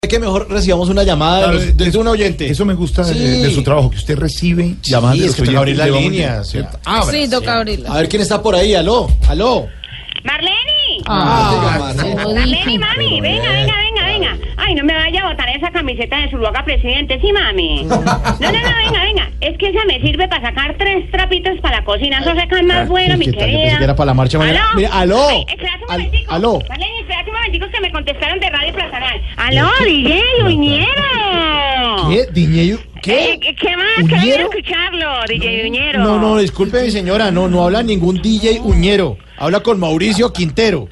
que mejor recibamos una llamada Claro, de, los- de eso- un oyente. Eso me gusta de, de Sí. su trabajo, que usted recibe Sí, llamadas de es los que oyentes, toca abrir la le vamos- línea, le- ¿cierto? Ah, abra. Sí, toca abrirla. A ver quién está por ahí, aló, aló. Marlene, Ah, sí. Marlene. Marlene, mami, pero venga, eh, venga, venga, venga. Ay, no me vaya a botar esa camiseta de Zuluaga presidente, sí, mami. No, no, no, venga, venga. Es que esa me sirve para sacar tres trapitos para la cocina. Eso seca Ah, más bueno, mi ¿qué tal? Yo pensé querida. que era para la marcha mañana. ¿Aló? Mira, aló. Ay, espérate un Al- momentico. aló. Marlene, espérate un momentico que me contestaron de Radio Plazanal. Aló, DJ Uñero. ¿Qué? ¿Diñeiro? Eh, ¿Qué? ¿Qué más? Qué bien ¿Uñero? escucharlo, DJ Uñero. No, no, disculpe mi señora, no, no habla ningún DJ Uñero. Habla con Mauricio Quintero.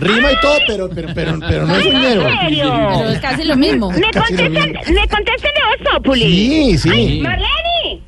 Rima y todo, pero, pero, pero, pero no es Uñero. ¿En serio? Pero es casi lo mismo. Me Casi lo contestan, me contestan de Voz Populi. Sí, sí. Ay, Marlene,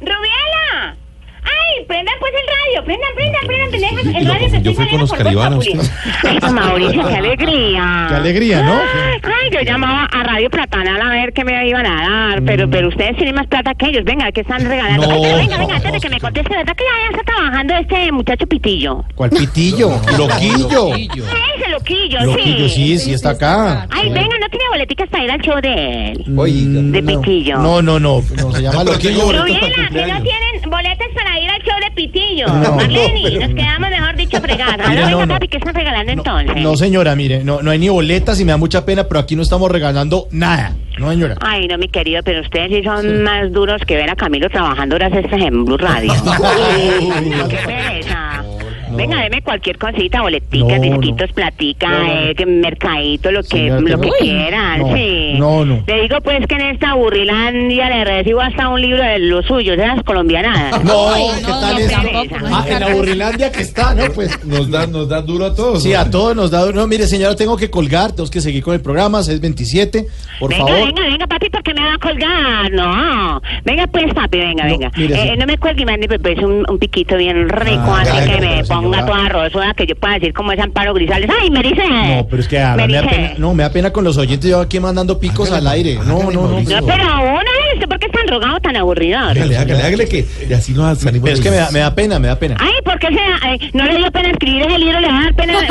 Rubiela. Ay, prendan pues el radio, prendan, prendan, prendan. Tenemos el lo radio que confundió estoy fue con saliendo por Oscar Voz Iván, Populi. Ay, Mauricio, qué alegría. Qué alegría, ¿no? Ay, yo llamaba a Radio Platanal a ver qué me iban a dar, pero, pero ustedes tienen más plata que ellos. Venga, que están regalando. Mm. No, Ay, pero venga, venga, no, antes de que me conteste, ¿verdad que ya está trabajando este muchacho Pitillo? ¿Cuál pitillo? Loquillo. Ese loquillo, Loquillo, sí, sí. sí está acá. Ay, venga, no tiene boleticas para ir al show de él. Oiga. De Pitillo. No, no, no, no, se llama Loquillo. Rubiela, que no tienen boletas para ir al show de Pitillo. No, Marlene, no, pero- nos quedamos, mejor dicho, fregadas. Mira, Ahora no, venga, no. papi, ¿qué están regalando entonces? No, señora, mire, no, no hay ni boletas y me da mucha pena, pero aquí no estamos regalando nada. No, señora. Ay, no, mi querido, pero ustedes sí son más duros que ver a Camilo trabajando horas extras en Blue Radio. Ay, no, qué pereza. Venga, deme cualquier cosita, boleticas, No, disquitos, platica, eh, que mercadito, lo que, Señora, lo no. que Uy. quieran, No, sí. no, no. Le digo pues que en esta burrilandia le recibo hasta un libro de los suyos, de las colombianadas. No, Ay, ¿qué no, tal no, es? tampoco, no Ah, es en la tan- burrilandia que está, ¿no? Pues Nos da, nos da duro a todos. sí, ¿no? a todos nos da. No, mire, señora, tengo que colgar, tenemos que seguir con el programa, 627, por venga, favor. venga, venga, papi, porque me va a colgar. No. Venga, pues, papi, venga, No, venga. mire, Eh, señor. no me cuelgue y mande pues, un, un piquito bien rico, Ah, así venga, que me pero ponga señora. toda rosuda, que yo pueda decir como es Amparo Grisales. ¡Ay, me dice! No, pero es que ahora me da pena, no, me da pena con los oyentes, yo aquí mandando picos al aire. No, hágale, no, no. Mauricio. No, pero uno, ¿viste por qué es tan rogado, tan aburrido? Hágale, hágale, hágale que y así nos salimos. Pero es que me da, me da pena, me da pena. Ay, ¿por qué se, ay, no le dio pena escribir ese libro? ¿Le va a dar pena?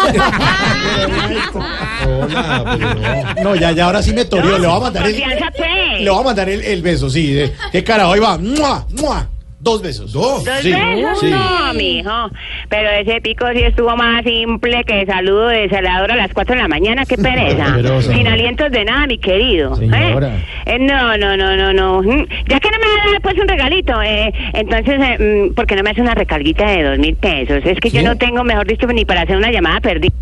Hola, pero no. No, ya, ya, ahora sí me toreó, le voy a mandar el, Ah. Confianza, pues. le voy a mandar el, el beso, sí. de- ¿Qué carajo? Ahí va. ¡Mua! ¡Mua! Dos besos. Dos. Dos Sí, besos, sí. no, mijo. Pero ese pico sí estuvo más simple que saludo de salador a las 4 de la mañana. ¡Qué pereza! Pero, señora. Sin alientos de nada, mi querido. ¿eh? Señora. Eh, no, no, no, no, no. Mm, Ya que no me va a dar pues un regalito, eh, entonces, eh, mm, ¿por qué no me hace una recarguita de dos mil pesos? Es que ¿Sí? yo no tengo, mejor dicho, ni para hacer una llamada perdida.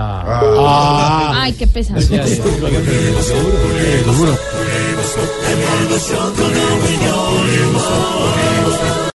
Ah. Ah. Ay, qué pesado. Seguro.